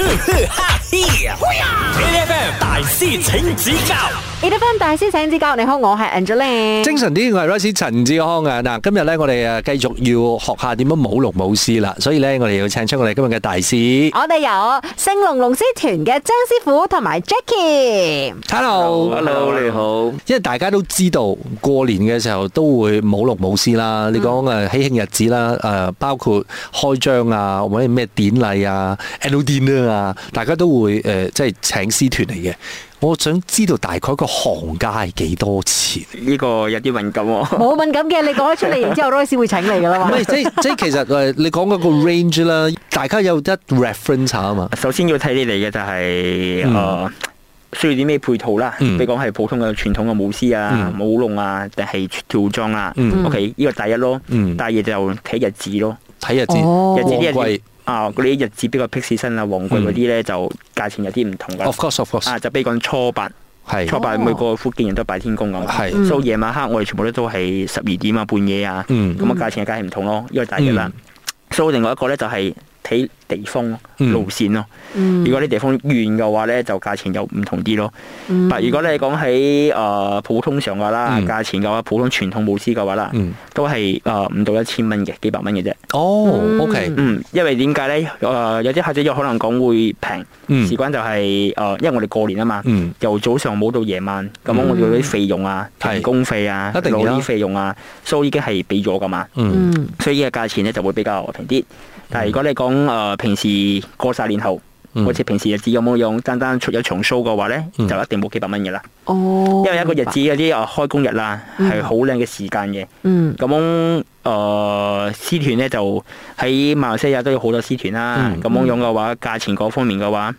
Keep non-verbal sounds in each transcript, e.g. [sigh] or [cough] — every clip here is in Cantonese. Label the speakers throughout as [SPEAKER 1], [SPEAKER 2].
[SPEAKER 1] 哈嘿！A.F.M. 大師請指教
[SPEAKER 2] ，A. F. M. 大師請指教。你好，我係 Angeline。
[SPEAKER 3] 精神啲，我係 Royce 陳志康啊！嗱，今日咧我哋誒繼續要學下點樣舞龍舞獅啦，所以咧我哋要請出我哋今日嘅大師。
[SPEAKER 2] 我哋有聖龍龍獅團嘅張師傅同埋 Jackie。
[SPEAKER 3] [laughs] Hello，
[SPEAKER 4] Hello，你好。
[SPEAKER 3] 因為大家都知道過年嘅時候都會舞龍舞獅啦，你講誒喜慶日子啦，誒包括開張啊，或者咩典禮啊、annual dinner 啊，大家都會誒即係請獅團嚟嘅。我想知道大概個行家係幾多錢？
[SPEAKER 4] 呢個有啲敏感喎。
[SPEAKER 2] 冇敏感嘅，你講咗出嚟，然之後 Royce 會請你噶啦
[SPEAKER 4] [laughs]
[SPEAKER 3] 唔
[SPEAKER 2] 嘛。
[SPEAKER 3] 係即係即係其實誒你講嗰個 range 啦，大家有得 reference 下啊嘛。
[SPEAKER 4] 首先要睇你嚟嘅就係、
[SPEAKER 3] 嗯
[SPEAKER 4] 呃需要啲咩配套啦，
[SPEAKER 3] 嗯
[SPEAKER 4] 比如講係普通嘅傳統嘅舞獅啊、
[SPEAKER 3] 嗯
[SPEAKER 4] 舞龍啊，定係跳裝啦。
[SPEAKER 3] 嗯
[SPEAKER 4] OK，呢個第一咯，
[SPEAKER 3] 嗯
[SPEAKER 4] 第二就睇日子咯。
[SPEAKER 3] 睇日子，
[SPEAKER 2] 哦
[SPEAKER 4] 日子啲
[SPEAKER 3] 旺
[SPEAKER 4] 日
[SPEAKER 3] 季嗯
[SPEAKER 4] 子啊，嗰啲日子比較僻市身啊，旺季嗰啲咧就價錢有啲唔同噶。
[SPEAKER 3] ，of course of course，
[SPEAKER 4] 啊，就比如講初八，初
[SPEAKER 3] 係，
[SPEAKER 4] 八
[SPEAKER 2] 哦
[SPEAKER 4] 每個福建人都拜天公咁。
[SPEAKER 3] 係
[SPEAKER 4] 所以夜晚黑我哋全部都都係十二點啊、半夜啊，
[SPEAKER 3] 嗯
[SPEAKER 4] 咁啊價錢梗係唔同咯，因為大約啦。所以另外一個咧就係睇地方咯
[SPEAKER 3] 嗯
[SPEAKER 4] 路線咯。
[SPEAKER 2] 嗯
[SPEAKER 4] 如果啲地方遠嘅話咧，就價錢又唔同啲咯。
[SPEAKER 2] 嗯
[SPEAKER 4] 但如果你講喺誒普通上嘅啦，
[SPEAKER 3] 嗯
[SPEAKER 4] 價錢嘅話，普通傳統舞獅嘅話啦，
[SPEAKER 3] 嗯，
[SPEAKER 4] 都係誒唔到一千蚊嘅，幾百蚊嘅啫。
[SPEAKER 3] 哦
[SPEAKER 2] 嗯
[SPEAKER 3] ，OK，
[SPEAKER 4] 嗯，因為點解咧？誒有啲客仔有可能講會平，
[SPEAKER 3] 嗯
[SPEAKER 4] 事關就係誒，因為我哋過年啊嘛。
[SPEAKER 3] 嗯，
[SPEAKER 4] 由早上冇到夜晚，咁
[SPEAKER 3] 嗯
[SPEAKER 4] 我哋嗰啲費用啊、
[SPEAKER 3] 係
[SPEAKER 4] 人工費啊、
[SPEAKER 3] 一定要
[SPEAKER 4] 攞
[SPEAKER 3] 啦
[SPEAKER 4] 啲費用啊，所以已經係俾咗噶嘛，
[SPEAKER 3] 嗯，
[SPEAKER 2] 嗯
[SPEAKER 4] 所以呢個價錢咧就會比較平啲。但係如果你講誒、呃平時過晒年後，
[SPEAKER 3] 嗯
[SPEAKER 4] 好似平時日子咁樣樣，單單出一場 show 嘅話咧，就
[SPEAKER 3] 嗯
[SPEAKER 4] 一定冇幾百蚊嘅啦。
[SPEAKER 2] 哦
[SPEAKER 4] 因為一個日子嗰啲誒開工日啦，
[SPEAKER 2] 嗯
[SPEAKER 4] 係好靚嘅時間嘅。
[SPEAKER 2] 嗯
[SPEAKER 4] 咁誒、呃、師團咧就喺馬來西亞都有好多師團啦。
[SPEAKER 3] 嗯
[SPEAKER 4] 咁樣樣嘅話，價錢嗰方面嘅話，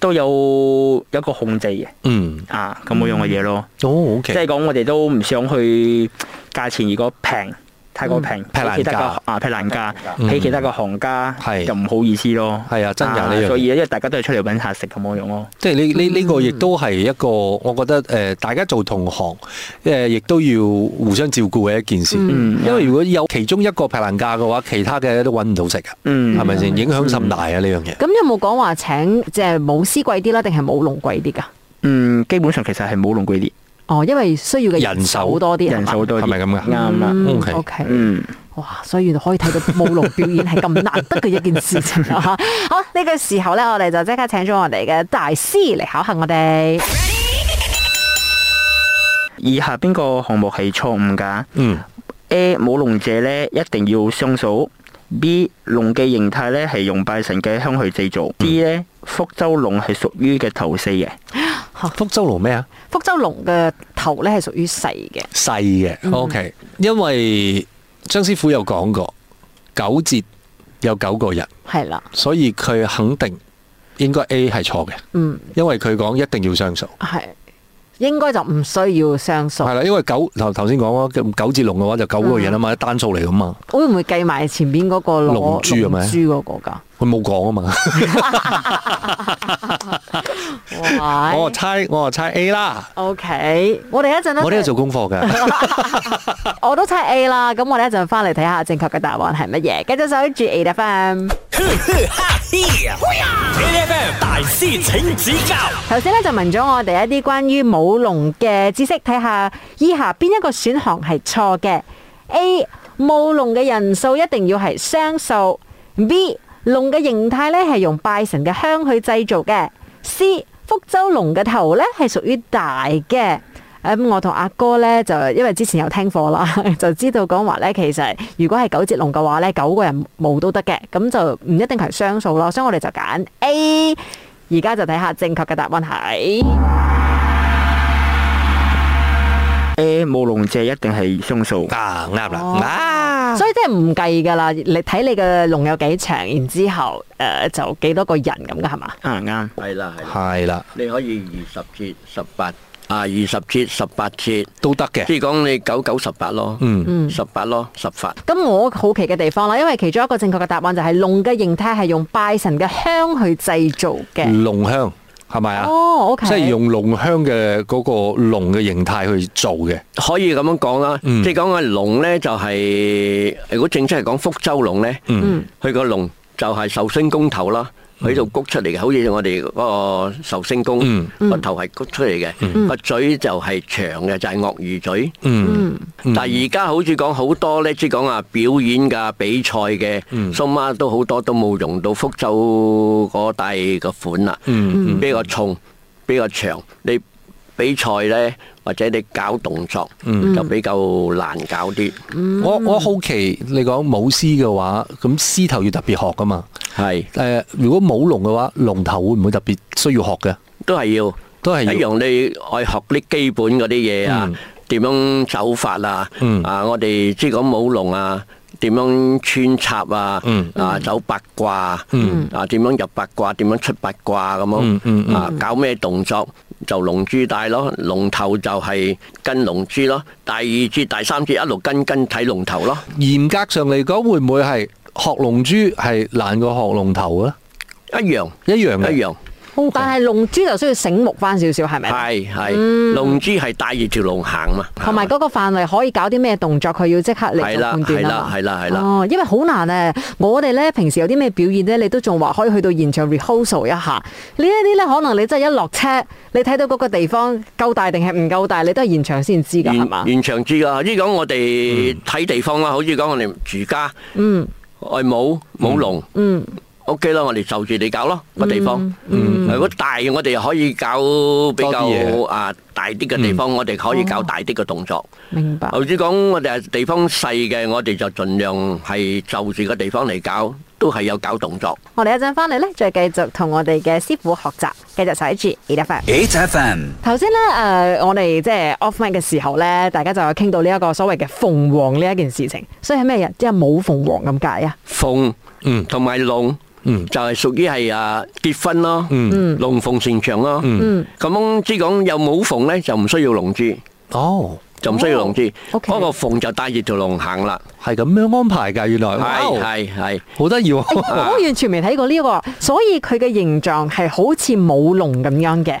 [SPEAKER 4] 都有一個控制嘅。
[SPEAKER 3] 嗯，
[SPEAKER 4] 啊咁冇用嘅嘢咯。
[SPEAKER 3] 哦
[SPEAKER 4] 即
[SPEAKER 3] ，OK，
[SPEAKER 4] 係講我哋都唔想去價錢，如果平太過平，
[SPEAKER 3] 嗯劈
[SPEAKER 4] 俾
[SPEAKER 3] 爛
[SPEAKER 4] 其他
[SPEAKER 3] 價
[SPEAKER 4] 嘅啊劈爛價，
[SPEAKER 3] 嗯
[SPEAKER 4] 俾其他嘅行家
[SPEAKER 3] 係
[SPEAKER 4] 就唔好意思咯。
[SPEAKER 3] 係啊，真㗎呢
[SPEAKER 4] 啊
[SPEAKER 3] 樣
[SPEAKER 4] 所
[SPEAKER 3] 嘢
[SPEAKER 4] 以。因為大家都係出嚟揾下食咁樣樣咯。
[SPEAKER 3] 即係呢
[SPEAKER 4] 嗯
[SPEAKER 3] 呢呢個亦都係一個，我覺得誒、呃大家做同行誒、呃亦都要互相照顧嘅一件事。
[SPEAKER 4] 嗯
[SPEAKER 3] 因為如果有其中一個劈爛價嘅話，其他嘅都揾唔到食㗎，
[SPEAKER 4] 嗯
[SPEAKER 3] 係咪先？影響甚大啊！呢樣嘢。
[SPEAKER 2] 咁有冇講話請即係舞獅貴啲啦，定係舞龍貴啲㗎？
[SPEAKER 4] 嗯，基本上其實係冇龍貴啲，
[SPEAKER 2] 哦，因為需要嘅
[SPEAKER 3] 人手
[SPEAKER 2] 多啲，
[SPEAKER 4] 人手多啲，嗯
[SPEAKER 3] 係咪咁㗎
[SPEAKER 4] 啱啦。
[SPEAKER 3] OK
[SPEAKER 2] O K。
[SPEAKER 4] 嗯，
[SPEAKER 2] 哇！所以原來可以睇到舞龍表演係咁難得嘅一件事情啊！好呢個時候咧，我哋就即刻請咗我哋嘅大師嚟考下我哋。
[SPEAKER 4] 以下邊個項目係錯誤㗎
[SPEAKER 3] 嗯，
[SPEAKER 4] ？A 舞龍者呢，一定要雙數。B 龍嘅形態呢，係用拜神嘅香去製造。D
[SPEAKER 3] 嗯
[SPEAKER 4] 呢，福州龍係屬於嘅頭四嘅。
[SPEAKER 3] 福州龍咩啊？
[SPEAKER 2] 福州龍嘅頭咧係屬於細嘅，
[SPEAKER 3] 細嘅，OK。因為張師傅有講過，九節有九個人，
[SPEAKER 2] 係啦，
[SPEAKER 3] 所以佢肯定應該 A 係錯嘅，
[SPEAKER 2] 嗯，
[SPEAKER 3] 因為佢講一定要雙數。
[SPEAKER 2] 係應該就唔需要雙數
[SPEAKER 3] 係，啦，因為九頭頭先講咯，九節龍嘅話就九個人啊嘛，單數嚟㗎嘛，
[SPEAKER 2] 會唔會計埋前面嗰個攞
[SPEAKER 3] 龍珠係咪
[SPEAKER 2] 龍珠嗰個
[SPEAKER 3] [laughs]
[SPEAKER 2] 㗎？
[SPEAKER 3] 佢冇講啊嘛。
[SPEAKER 2] 哇
[SPEAKER 3] [laughs] 我猜我猜 A
[SPEAKER 2] [laughs]
[SPEAKER 3] 啦，
[SPEAKER 2] O K，我哋一陣咧，
[SPEAKER 3] 哦我都有做功課㗎。
[SPEAKER 2] [laughs] 我都猜 A 啦，咁我哋一陣翻嚟睇下正確嘅答案係乜嘢，繼續守住 A F
[SPEAKER 1] [laughs]
[SPEAKER 2] M。
[SPEAKER 1] 哈嘿！A.F.M. 大師請指教
[SPEAKER 2] 頭先咧就問咗我哋一啲關於舞龍嘅知識，睇下以下邊一個選項係錯嘅。A 舞龍嘅人數一定要係雙數。B 龍嘅形態咧係用拜神嘅香去製造嘅。C 福州龍嘅頭咧係屬於大嘅。咁、我同阿哥咧就因為之前有聽課啦， [laughs] 就知道講話咧，其實如果係九節龍嘅話咧，九個人冇都得嘅，咁就唔一定係雙數咯，所以我哋就揀 A。而家就睇下正確嘅答案係
[SPEAKER 4] A 冇龍借一定係雙數，
[SPEAKER 3] 啊，啱啦，
[SPEAKER 2] 哦
[SPEAKER 3] 啊，
[SPEAKER 2] 所以即係唔計㗎啦。你睇你嘅龍有幾長，然之後誒、呃就幾多個人咁㗎係嘛？
[SPEAKER 4] 啊啱，
[SPEAKER 5] 係啦係啦，
[SPEAKER 3] 係啦，
[SPEAKER 5] 你可以二十節、十八啊，二十節、十八節，
[SPEAKER 3] 都得嘅。
[SPEAKER 5] 即係講你九九十八咯，
[SPEAKER 3] 嗯，
[SPEAKER 2] 嗯
[SPEAKER 5] 十八咯，十法。
[SPEAKER 2] 咁我好奇嘅地方啦，因為其中一個正確嘅答案就係龍嘅形態係用拜神嘅香去製造嘅。
[SPEAKER 3] 龍香係咪啊？
[SPEAKER 2] 哦，OK，
[SPEAKER 3] 即係用龍香嘅嗰個龍嘅形態去做嘅。
[SPEAKER 5] 可以咁樣講啦，
[SPEAKER 3] 嗯
[SPEAKER 5] 即係講個龍咧就係、如果正式嚟講福州龍咧，
[SPEAKER 3] 嗯
[SPEAKER 5] 佢個龍就係壽星公頭啦。佢喺度谷出嚟嘅，好似我哋嗰個壽星公
[SPEAKER 3] 嗯
[SPEAKER 5] 個頭係谷出嚟嘅，個嘴就係長嘅，就係鱷魚嘴。
[SPEAKER 3] 嗯
[SPEAKER 5] 但係而家好似講好多咧，即係講啊表演㗎、比賽嘅，
[SPEAKER 3] 嗯
[SPEAKER 5] 蘇媽都好多都冇用到福州嗰帶個款啦，
[SPEAKER 3] 嗯
[SPEAKER 5] 比較重，比較長，你。比賽咧，或者你搞動作、
[SPEAKER 3] 嗯
[SPEAKER 5] 就比較難搞啲，
[SPEAKER 3] 我我好奇你講舞獅嘅話，咁獅頭要特別學噶嘛？
[SPEAKER 5] 係
[SPEAKER 3] 誒、如果舞龍嘅話，龍頭會唔會特別需要學嘅？
[SPEAKER 5] 都係要。
[SPEAKER 3] 都係
[SPEAKER 5] 一
[SPEAKER 3] 要
[SPEAKER 5] 樣你愛學啲基本嗰啲嘢啊
[SPEAKER 3] 嗯，
[SPEAKER 5] 點樣走法啊
[SPEAKER 3] 嗯，
[SPEAKER 5] 啊我哋即係講舞龍啊，點樣穿插啊
[SPEAKER 3] 嗯，
[SPEAKER 5] 啊走八卦啊，啊點樣入八卦，點樣出八卦咁
[SPEAKER 3] 嗯嗯
[SPEAKER 5] 樣，
[SPEAKER 3] 嗯
[SPEAKER 5] 啊搞咩動作就龍珠帶咯，龍頭就係跟龍珠咯，第二節、第三節一路跟跟睇龍頭咯，
[SPEAKER 3] 嚴格上嚟講，會唔會係學龍珠係難過學龍頭啊？
[SPEAKER 5] 一樣
[SPEAKER 3] 一樣嘅，
[SPEAKER 5] 一樣。
[SPEAKER 2] 但係龍珠就需要醒目翻少少，係咪？啊
[SPEAKER 5] 係係，龍珠係帶住條龍行嘛，
[SPEAKER 2] 嗯同埋嗰個範圍可以搞啲咩動作，佢要即刻嚟
[SPEAKER 5] 係
[SPEAKER 2] 做
[SPEAKER 5] 啦
[SPEAKER 2] 判斷
[SPEAKER 5] 係啦
[SPEAKER 2] 嘛
[SPEAKER 5] 係啦係啦
[SPEAKER 2] 哦，因為好難咧，我哋咧平時有啲咩表演咧，你都仲話可以去到現場 rehearsal 一下。呢一啲咧，可能你真係一落車，你睇到嗰個地方夠大定係唔夠大，你都係現場先知㗎，係嘛嗯
[SPEAKER 5] 現？現場知噶，即係講我哋睇地方啦，好似講我哋住家，
[SPEAKER 2] 嗯
[SPEAKER 5] 外母舞龍
[SPEAKER 2] 嗯，
[SPEAKER 5] ，OK 啦，我哋就住你搞咯個地方。嗯如果大，我哋可以搞比
[SPEAKER 3] 多啲
[SPEAKER 5] 較
[SPEAKER 3] 嘢
[SPEAKER 5] 啊大啲嘅地
[SPEAKER 2] 嗯
[SPEAKER 5] 方，我哋可以
[SPEAKER 2] 哦
[SPEAKER 5] 搞大啲嘅動作。
[SPEAKER 2] 明白。
[SPEAKER 5] 頭先講我哋係地方細嘅，我哋就盡量係就住個地方嚟搞，都係有搞動作。
[SPEAKER 2] 我哋一陣翻嚟咧，再繼續同我哋嘅師傅學習，繼續守住 e f
[SPEAKER 1] HFM
[SPEAKER 2] 頭先咧，誒、我哋即係 off mic 嘅時候咧，大家就有傾到呢一個所謂嘅鳳凰呢一件事情，所以係咩人？即係冇鳳凰咁解啊？
[SPEAKER 5] 鳳
[SPEAKER 3] 嗯
[SPEAKER 5] 同埋龍，
[SPEAKER 3] 嗯
[SPEAKER 5] 就係屬於係啊結婚咯，
[SPEAKER 2] 嗯
[SPEAKER 5] 龍鳳呈祥咯。
[SPEAKER 3] 嗯
[SPEAKER 5] 咁即係講有冇鳳咧，就唔需要龍珠。
[SPEAKER 3] 哦，
[SPEAKER 5] 就唔需要龍珠，
[SPEAKER 2] 哦，OK
[SPEAKER 5] 嗰個鳳就帶住條龍行啦，
[SPEAKER 3] 係咁樣安排㗎，原來
[SPEAKER 5] 係
[SPEAKER 3] 哇
[SPEAKER 5] 係係
[SPEAKER 3] 好得意喎！
[SPEAKER 5] [laughs]
[SPEAKER 2] 我完全未睇過呢、個，所以佢嘅形狀係好似舞龍咁樣嘅，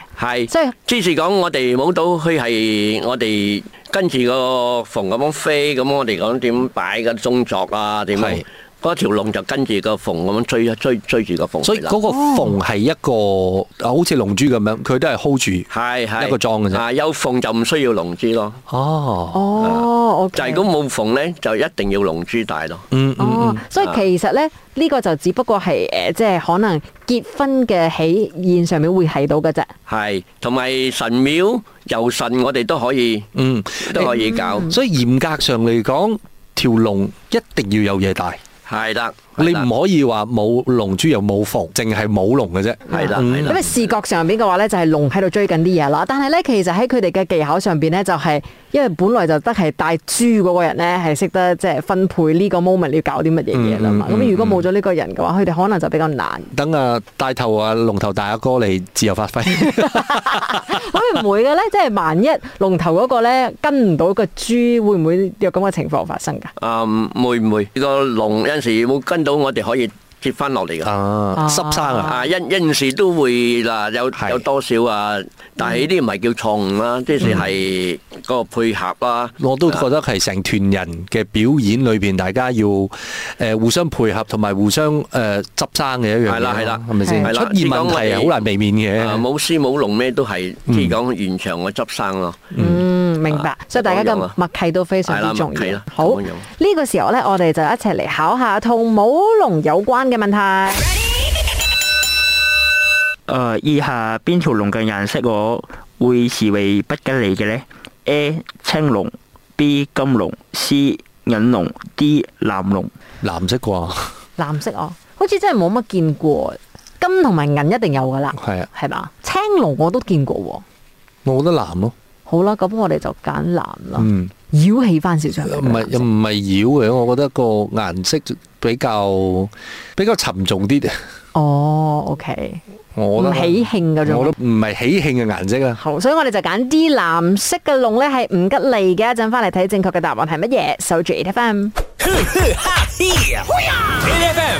[SPEAKER 2] 即
[SPEAKER 5] 係。
[SPEAKER 2] 係
[SPEAKER 5] 即是講我哋冇到佢係我哋跟住個鳳咁樣飛，咁我哋講點擺個中作啊？點樣
[SPEAKER 3] 係
[SPEAKER 5] 嗰條龍就跟住個鳳咁樣追追追住個鳳
[SPEAKER 3] 所以
[SPEAKER 5] 去啦
[SPEAKER 3] 嗰個鳳係一個啊好似龍珠咁樣，佢都係 hold 住。
[SPEAKER 5] 係係
[SPEAKER 3] 一個裝嘅啫
[SPEAKER 5] 啊，有鳳就唔需要龍珠咯，
[SPEAKER 3] 哦，
[SPEAKER 2] 哦，OK，
[SPEAKER 5] 就係如果冇鳳咧，就一定要龍珠帶咯。
[SPEAKER 3] 嗯嗯
[SPEAKER 2] 哦，所以其實咧呢、個就只不過係誒、呃即係可能結婚嘅喜宴上面會睇到嘅啫。
[SPEAKER 5] 係，同埋神廟遊神，我哋都可以
[SPEAKER 3] 嗯，
[SPEAKER 5] 都可以搞，
[SPEAKER 3] 所以嚴格上嚟講，條龍一定要有嘢帶。
[SPEAKER 5] 係啦。
[SPEAKER 3] 你
[SPEAKER 5] 係啦
[SPEAKER 3] 唔可以話冇龍珠又冇鳳，淨係冇龍嘅啫。
[SPEAKER 5] 係啦係
[SPEAKER 2] 咁
[SPEAKER 5] 啦
[SPEAKER 2] 啊，。視覺上邊嘅話咧，就係龍喺度追緊啲嘢啦。但係咧，其實喺佢哋嘅技巧上邊咧，就係因為本來就得係帶豬嗰個人咧，係識得即係分配呢個 moment 要搞啲乜嘢嘢啦嘛。嗯咁、如果冇咗呢個人嘅話，佢哋可能就比較難。
[SPEAKER 3] 等啊帶頭啊龍頭大阿哥嚟自由發揮，
[SPEAKER 2] 啊會唔會嘅咧？即係萬一龍頭嗰個咧跟唔到個豬，會唔會有咁嘅情況發生㗎？
[SPEAKER 5] 啊，唔會唔會個龍有陣時會跟到我哋可以接翻落嚟噶。
[SPEAKER 3] 啊濕生啊！
[SPEAKER 5] 啊，因因時都會嗱，有
[SPEAKER 3] 係嗯
[SPEAKER 5] 有多少啊？但係呢啲唔係叫錯誤啦，即是係嗰個配合啦。
[SPEAKER 3] 我都覺得係成團人嘅表演裏邊，大家要誒、呃互相配合同埋互相呃誒執、生嘅一樣嘢咯。
[SPEAKER 5] 係啦係啦
[SPEAKER 3] 係咪先？
[SPEAKER 5] 係
[SPEAKER 3] 出
[SPEAKER 5] 啦
[SPEAKER 3] 現問題
[SPEAKER 5] 即係講
[SPEAKER 3] 係
[SPEAKER 5] 我哋
[SPEAKER 3] 好難避免
[SPEAKER 5] 啊，
[SPEAKER 3] 嘅。
[SPEAKER 5] 舞獅舞龍咩都係，
[SPEAKER 3] 嗯
[SPEAKER 5] 即係講現場嘅執生咯。
[SPEAKER 2] 嗯，明白
[SPEAKER 5] 啊，
[SPEAKER 2] 所以大家
[SPEAKER 5] 咁樣
[SPEAKER 2] 嘅
[SPEAKER 5] 啊
[SPEAKER 2] 默契都非常
[SPEAKER 5] 係啦
[SPEAKER 2] 之重
[SPEAKER 5] 默契
[SPEAKER 2] 要
[SPEAKER 5] 啦。
[SPEAKER 2] 好，
[SPEAKER 5] 咁樣
[SPEAKER 2] 呢個時候呢，我哋就一齊嚟考下同舞龍有關嘅問題。
[SPEAKER 4] 誒，以下邊條龍嘅顏色我會視為不吉利嘅呢 a 青龍，B 金龍，C 銀龍，D 藍龍。
[SPEAKER 3] 藍色啩，
[SPEAKER 2] 藍色哦，好似真係冇乜見過。金同埋銀一定有噶啦，
[SPEAKER 3] 係啊，
[SPEAKER 2] 係嘛？青龍我都見過喎。
[SPEAKER 3] 我覺得藍咯。
[SPEAKER 2] 好啦，咁我哋就揀藍啦，
[SPEAKER 3] 嗯，
[SPEAKER 2] 妖氣翻少少。啊
[SPEAKER 3] 唔係
[SPEAKER 2] 係咪啊
[SPEAKER 3] 唔係妖嘅，我覺得個顏色比較比較沉重啲。
[SPEAKER 2] 哦，OK，
[SPEAKER 3] [laughs] 我
[SPEAKER 2] 唔
[SPEAKER 3] 覺得
[SPEAKER 2] 喜慶啊嗰種。
[SPEAKER 3] 我都唔係喜慶嘅顏色啊。
[SPEAKER 2] 好，所以我哋就揀啲藍色嘅龍咧，係唔吉利嘅。一陣翻嚟睇正確嘅答案係乜嘢，守住 A F M。
[SPEAKER 1] ，HFM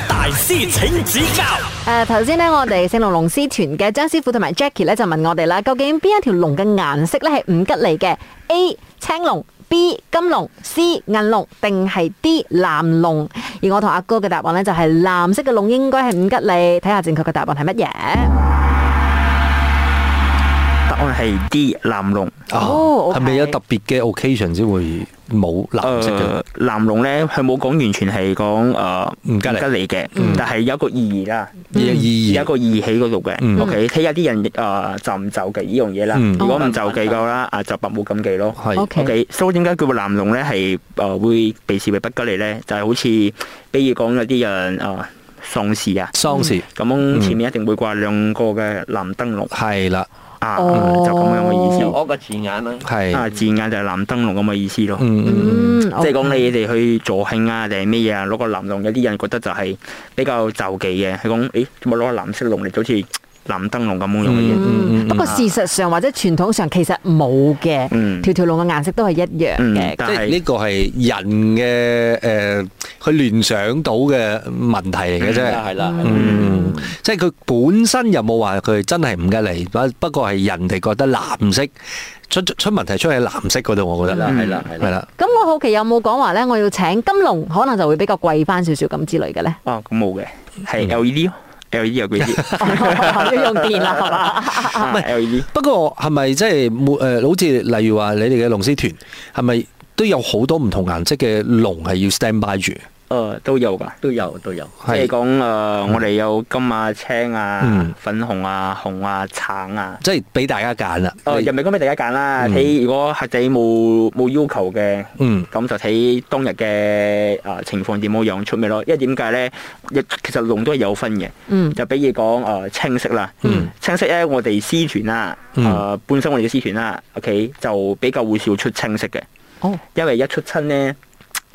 [SPEAKER 1] 大師請指教
[SPEAKER 2] 誒頭先咧，我哋聖龍龍獅團嘅張師傅同埋 Jackie 咧就問我哋啦，究竟邊一條龍嘅顏色咧係唔吉利嘅？A 青龍 B 金龍、C 銀龍定係 D 藍龍？而我同阿哥嘅答案呢，就係藍色嘅龍應該係五吉利，睇下正確嘅答案係乜嘢？
[SPEAKER 4] 答案係 D 藍龍。
[SPEAKER 2] 哦
[SPEAKER 3] 啊係咪有
[SPEAKER 2] OK
[SPEAKER 3] 特別嘅 occasion 先會冇藍色嘅？
[SPEAKER 4] 誒藍龍咧，佢冇講完全係講誒
[SPEAKER 3] 唔吉利
[SPEAKER 4] 嘅，但係有一個意義啦。
[SPEAKER 3] 有意義
[SPEAKER 4] 有一個意義喺嗰度
[SPEAKER 3] 嗯
[SPEAKER 4] 嘅，OK，睇下啲人誒就唔就忌呢樣嘢啦
[SPEAKER 3] 嗯。
[SPEAKER 4] 如果唔就忌嘅啦，啊就百無禁忌咯。
[SPEAKER 3] 係
[SPEAKER 2] OK
[SPEAKER 4] OK，所以點解叫藍龍咧係誒會被視為不吉利咧？就係好似比如講有啲人誒喪事啊，
[SPEAKER 3] 喪事
[SPEAKER 4] 咁前面一定會掛兩個嘅藍燈籠
[SPEAKER 3] 係啦，
[SPEAKER 4] 啊，
[SPEAKER 2] 哦
[SPEAKER 4] 就咁樣嘅意思。
[SPEAKER 5] 我個字眼啦。
[SPEAKER 4] 啊，
[SPEAKER 3] 係
[SPEAKER 4] 字眼就係藍燈籠咁嘅意思咯。
[SPEAKER 3] 嗯嗯
[SPEAKER 2] 嗯，
[SPEAKER 4] 即係講你哋去助興啊，定係咩嘢啊？攞個藍龍，有啲人覺得就係比較就忌嘅。佢講：誒，做乜攞個藍色龍嚟，就好似藍燈籠咁樣樣嘅嘢？
[SPEAKER 2] 嗯，不過事實上或者傳統上其實冇嘅，
[SPEAKER 4] 嗯
[SPEAKER 2] 條條龍嘅顏色都係一樣
[SPEAKER 4] 嗯
[SPEAKER 2] 嘅，。
[SPEAKER 4] 但
[SPEAKER 3] 即係呢
[SPEAKER 4] 係
[SPEAKER 3] 個係 ờ, 人嘅誒，佢、聯想到嘅問題嚟嘅啫。
[SPEAKER 5] 係啦係啦，
[SPEAKER 3] Ừ. 嗯，即係佢本身有冇話佢真係唔吉利，不不過係人哋覺得藍色出出問題出喺藍色嗰度，我覺得
[SPEAKER 5] 係啦係啦
[SPEAKER 3] 係啦。
[SPEAKER 2] 咁我好奇有冇講話咧？我要請金龍，可能就會比較貴翻少少咁之類嘅咧。
[SPEAKER 4] 哦，咁冇嘅，係 E LED 咯，LED 有
[SPEAKER 2] [laughs]
[SPEAKER 4] 幾啲
[SPEAKER 2] 要用電啦，係嘛？
[SPEAKER 4] E 啊，LED
[SPEAKER 3] 不過係咪即係每誒，好似例如話你哋嘅龍獅團係咪都有好多唔同顏色嘅龍係要 stand by 住？
[SPEAKER 4] 誒都有㗎。
[SPEAKER 5] 都有都有。
[SPEAKER 4] 即係
[SPEAKER 3] 係
[SPEAKER 4] 講誒，我哋有金啊、青啊
[SPEAKER 3] 嗯、
[SPEAKER 4] 粉紅啊、紅啊、橙啊。哦
[SPEAKER 3] 即係俾大家揀啦。
[SPEAKER 4] 誒，
[SPEAKER 3] 你
[SPEAKER 4] 人民今俾大家揀啦，
[SPEAKER 3] 嗯
[SPEAKER 4] 睇如果客仔冇冇要求嘅，
[SPEAKER 3] 嗯
[SPEAKER 4] 咁就睇當日嘅啊情況點樣樣出面咯。因為點解咧？一其實龍都係有分嘅，
[SPEAKER 2] [laughs] 嗯
[SPEAKER 4] 就比如講誒、呃青色啦，
[SPEAKER 3] 嗯
[SPEAKER 4] 青色咧我哋師團啦，誒、
[SPEAKER 3] 嗯
[SPEAKER 4] 本身我哋嘅師團啦，OK 就比較會少出青色嘅，
[SPEAKER 2] 哦，
[SPEAKER 4] 因為一出親咧。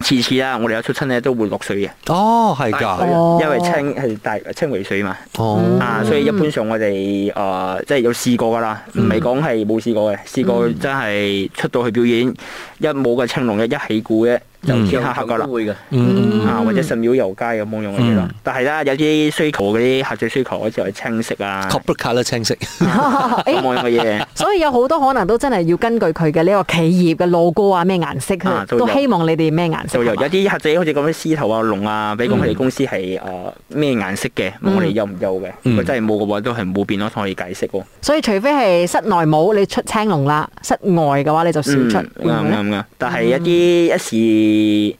[SPEAKER 4] 次次啦，我哋有出親咧都會落水嘅，
[SPEAKER 3] 哦係
[SPEAKER 5] 大
[SPEAKER 3] 㗎，
[SPEAKER 5] 概
[SPEAKER 4] 啊
[SPEAKER 2] 哦
[SPEAKER 4] 因為青係大青為水嘛，
[SPEAKER 3] 哦
[SPEAKER 4] 啊，所以一般上我哋誒、呃即係有試過㗎啦，唔
[SPEAKER 3] 嗯
[SPEAKER 4] 係講係冇試過嘅，試過真係出到去表演，一冇嘅青龍嘅一起鼓嘅就
[SPEAKER 3] 嗯
[SPEAKER 4] 天黑黑㗎啦
[SPEAKER 5] 都。會嘅。
[SPEAKER 3] 嗯
[SPEAKER 4] 啊，或者神廟遊街咁樣用嘅嘢啦
[SPEAKER 3] 嗯。
[SPEAKER 4] 但係啦，有啲需求嗰啲客仔需求嗰時候係青色啊，
[SPEAKER 3] c o
[SPEAKER 4] 咁
[SPEAKER 3] p e r colour 青色。
[SPEAKER 2] [laughs]
[SPEAKER 4] 樣樣嘅
[SPEAKER 3] 哎
[SPEAKER 4] 嘢。
[SPEAKER 2] 哦所以有好多可能都真係要根據佢嘅呢個企業嘅 logo 啊，咩顏色，
[SPEAKER 4] 啊都有
[SPEAKER 2] 都希望你哋咩顏色
[SPEAKER 4] 就有
[SPEAKER 2] 係嘛
[SPEAKER 4] 有啲客仔好似咁樣獅頭啊、龍啊，比如講佢哋公司係誒咩顏色嘅，
[SPEAKER 2] 嗯
[SPEAKER 4] 我哋有唔有嘅？
[SPEAKER 3] 嗯嗯
[SPEAKER 4] 如果真係冇嘅話，都係冇變咯，同我哋解釋喎。
[SPEAKER 2] 所以除非係室內冇你出青龍啦，室外嘅話你就少
[SPEAKER 4] 嗯
[SPEAKER 2] 出。
[SPEAKER 4] 啱
[SPEAKER 2] 會唔會呢
[SPEAKER 4] 啱啱。但係一啲一時，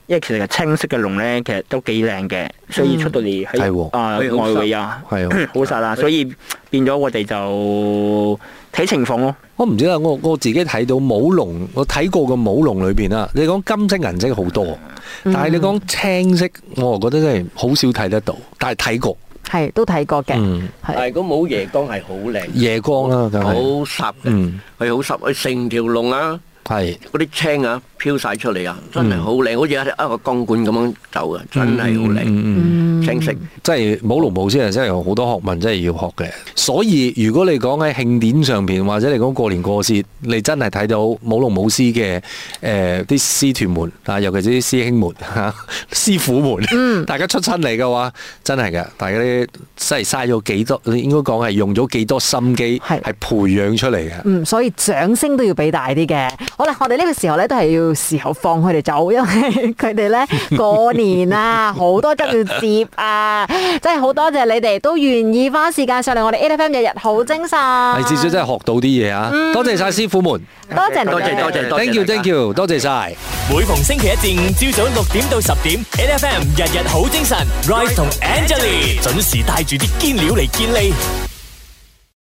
[SPEAKER 4] 因為其實青色嘅龍咧，其實都幾靚嘅，所以出到嚟
[SPEAKER 3] 係
[SPEAKER 4] 喺
[SPEAKER 3] 喎
[SPEAKER 4] 啊外
[SPEAKER 5] 佢好
[SPEAKER 4] 圍啊，
[SPEAKER 3] 係 [laughs] 喎
[SPEAKER 4] 好實啦，所以變咗我哋就睇情況咯。
[SPEAKER 3] 我唔知啦，我我自己睇到舞龍，我睇過嘅舞龍裏邊啦，你講金色銀色好多，但係你講青色，我覺得真係好少睇得到，但係睇過，
[SPEAKER 2] 係都睇過嘅，
[SPEAKER 3] 嗯，
[SPEAKER 5] 但
[SPEAKER 2] 係
[SPEAKER 5] 係如果冇夜光係好靚。
[SPEAKER 3] 夜光啊啦，哦梗
[SPEAKER 5] 好
[SPEAKER 3] 係，
[SPEAKER 5] 濕嘅，
[SPEAKER 3] 嗯，
[SPEAKER 5] 佢好濕，佢成條龍啊，
[SPEAKER 3] 係，
[SPEAKER 5] 嗰啲青啊飄晒出嚟啊，
[SPEAKER 3] 嗯
[SPEAKER 5] 真係好靚，好似一個鋼管咁樣走啊，真係好
[SPEAKER 3] 嗯
[SPEAKER 5] 靚，
[SPEAKER 3] 嗯嗯
[SPEAKER 5] 清晰。
[SPEAKER 3] 即係舞龍舞獅係真係有好多學問，真係要學嘅。所以如果你講喺慶典上邊，或者你講過年過節，你真係睇到舞龍舞獅嘅誒啲師團們啊，尤其是啲師兄們啊嚇、
[SPEAKER 5] 嗯
[SPEAKER 3] [laughs] 師傅們，大家出親嚟嘅話，真係嘅，大家啲真係嘥咗幾多，應該講係用咗幾多心機，
[SPEAKER 2] 係
[SPEAKER 3] 係培養出嚟嘅。
[SPEAKER 2] 嗯，所以掌聲都要俾大啲嘅。好啦，我哋呢個時候咧都係要時候放佢哋走，因為佢哋咧過年啊，好多都要接啊，真係好多謝你哋都願意花時間上嚟我哋 A F M 日日好精神。
[SPEAKER 3] 係至少真係學到啲嘢啊！多謝晒師傅們
[SPEAKER 2] 多謝你哋
[SPEAKER 5] 多謝多謝多謝
[SPEAKER 3] ，thank you，thank you，多謝晒。
[SPEAKER 1] 每逢星期一至五朝早六點到十點，N F M 日日好精神，Rise 同 Angelie 準時帶住啲堅料嚟健利。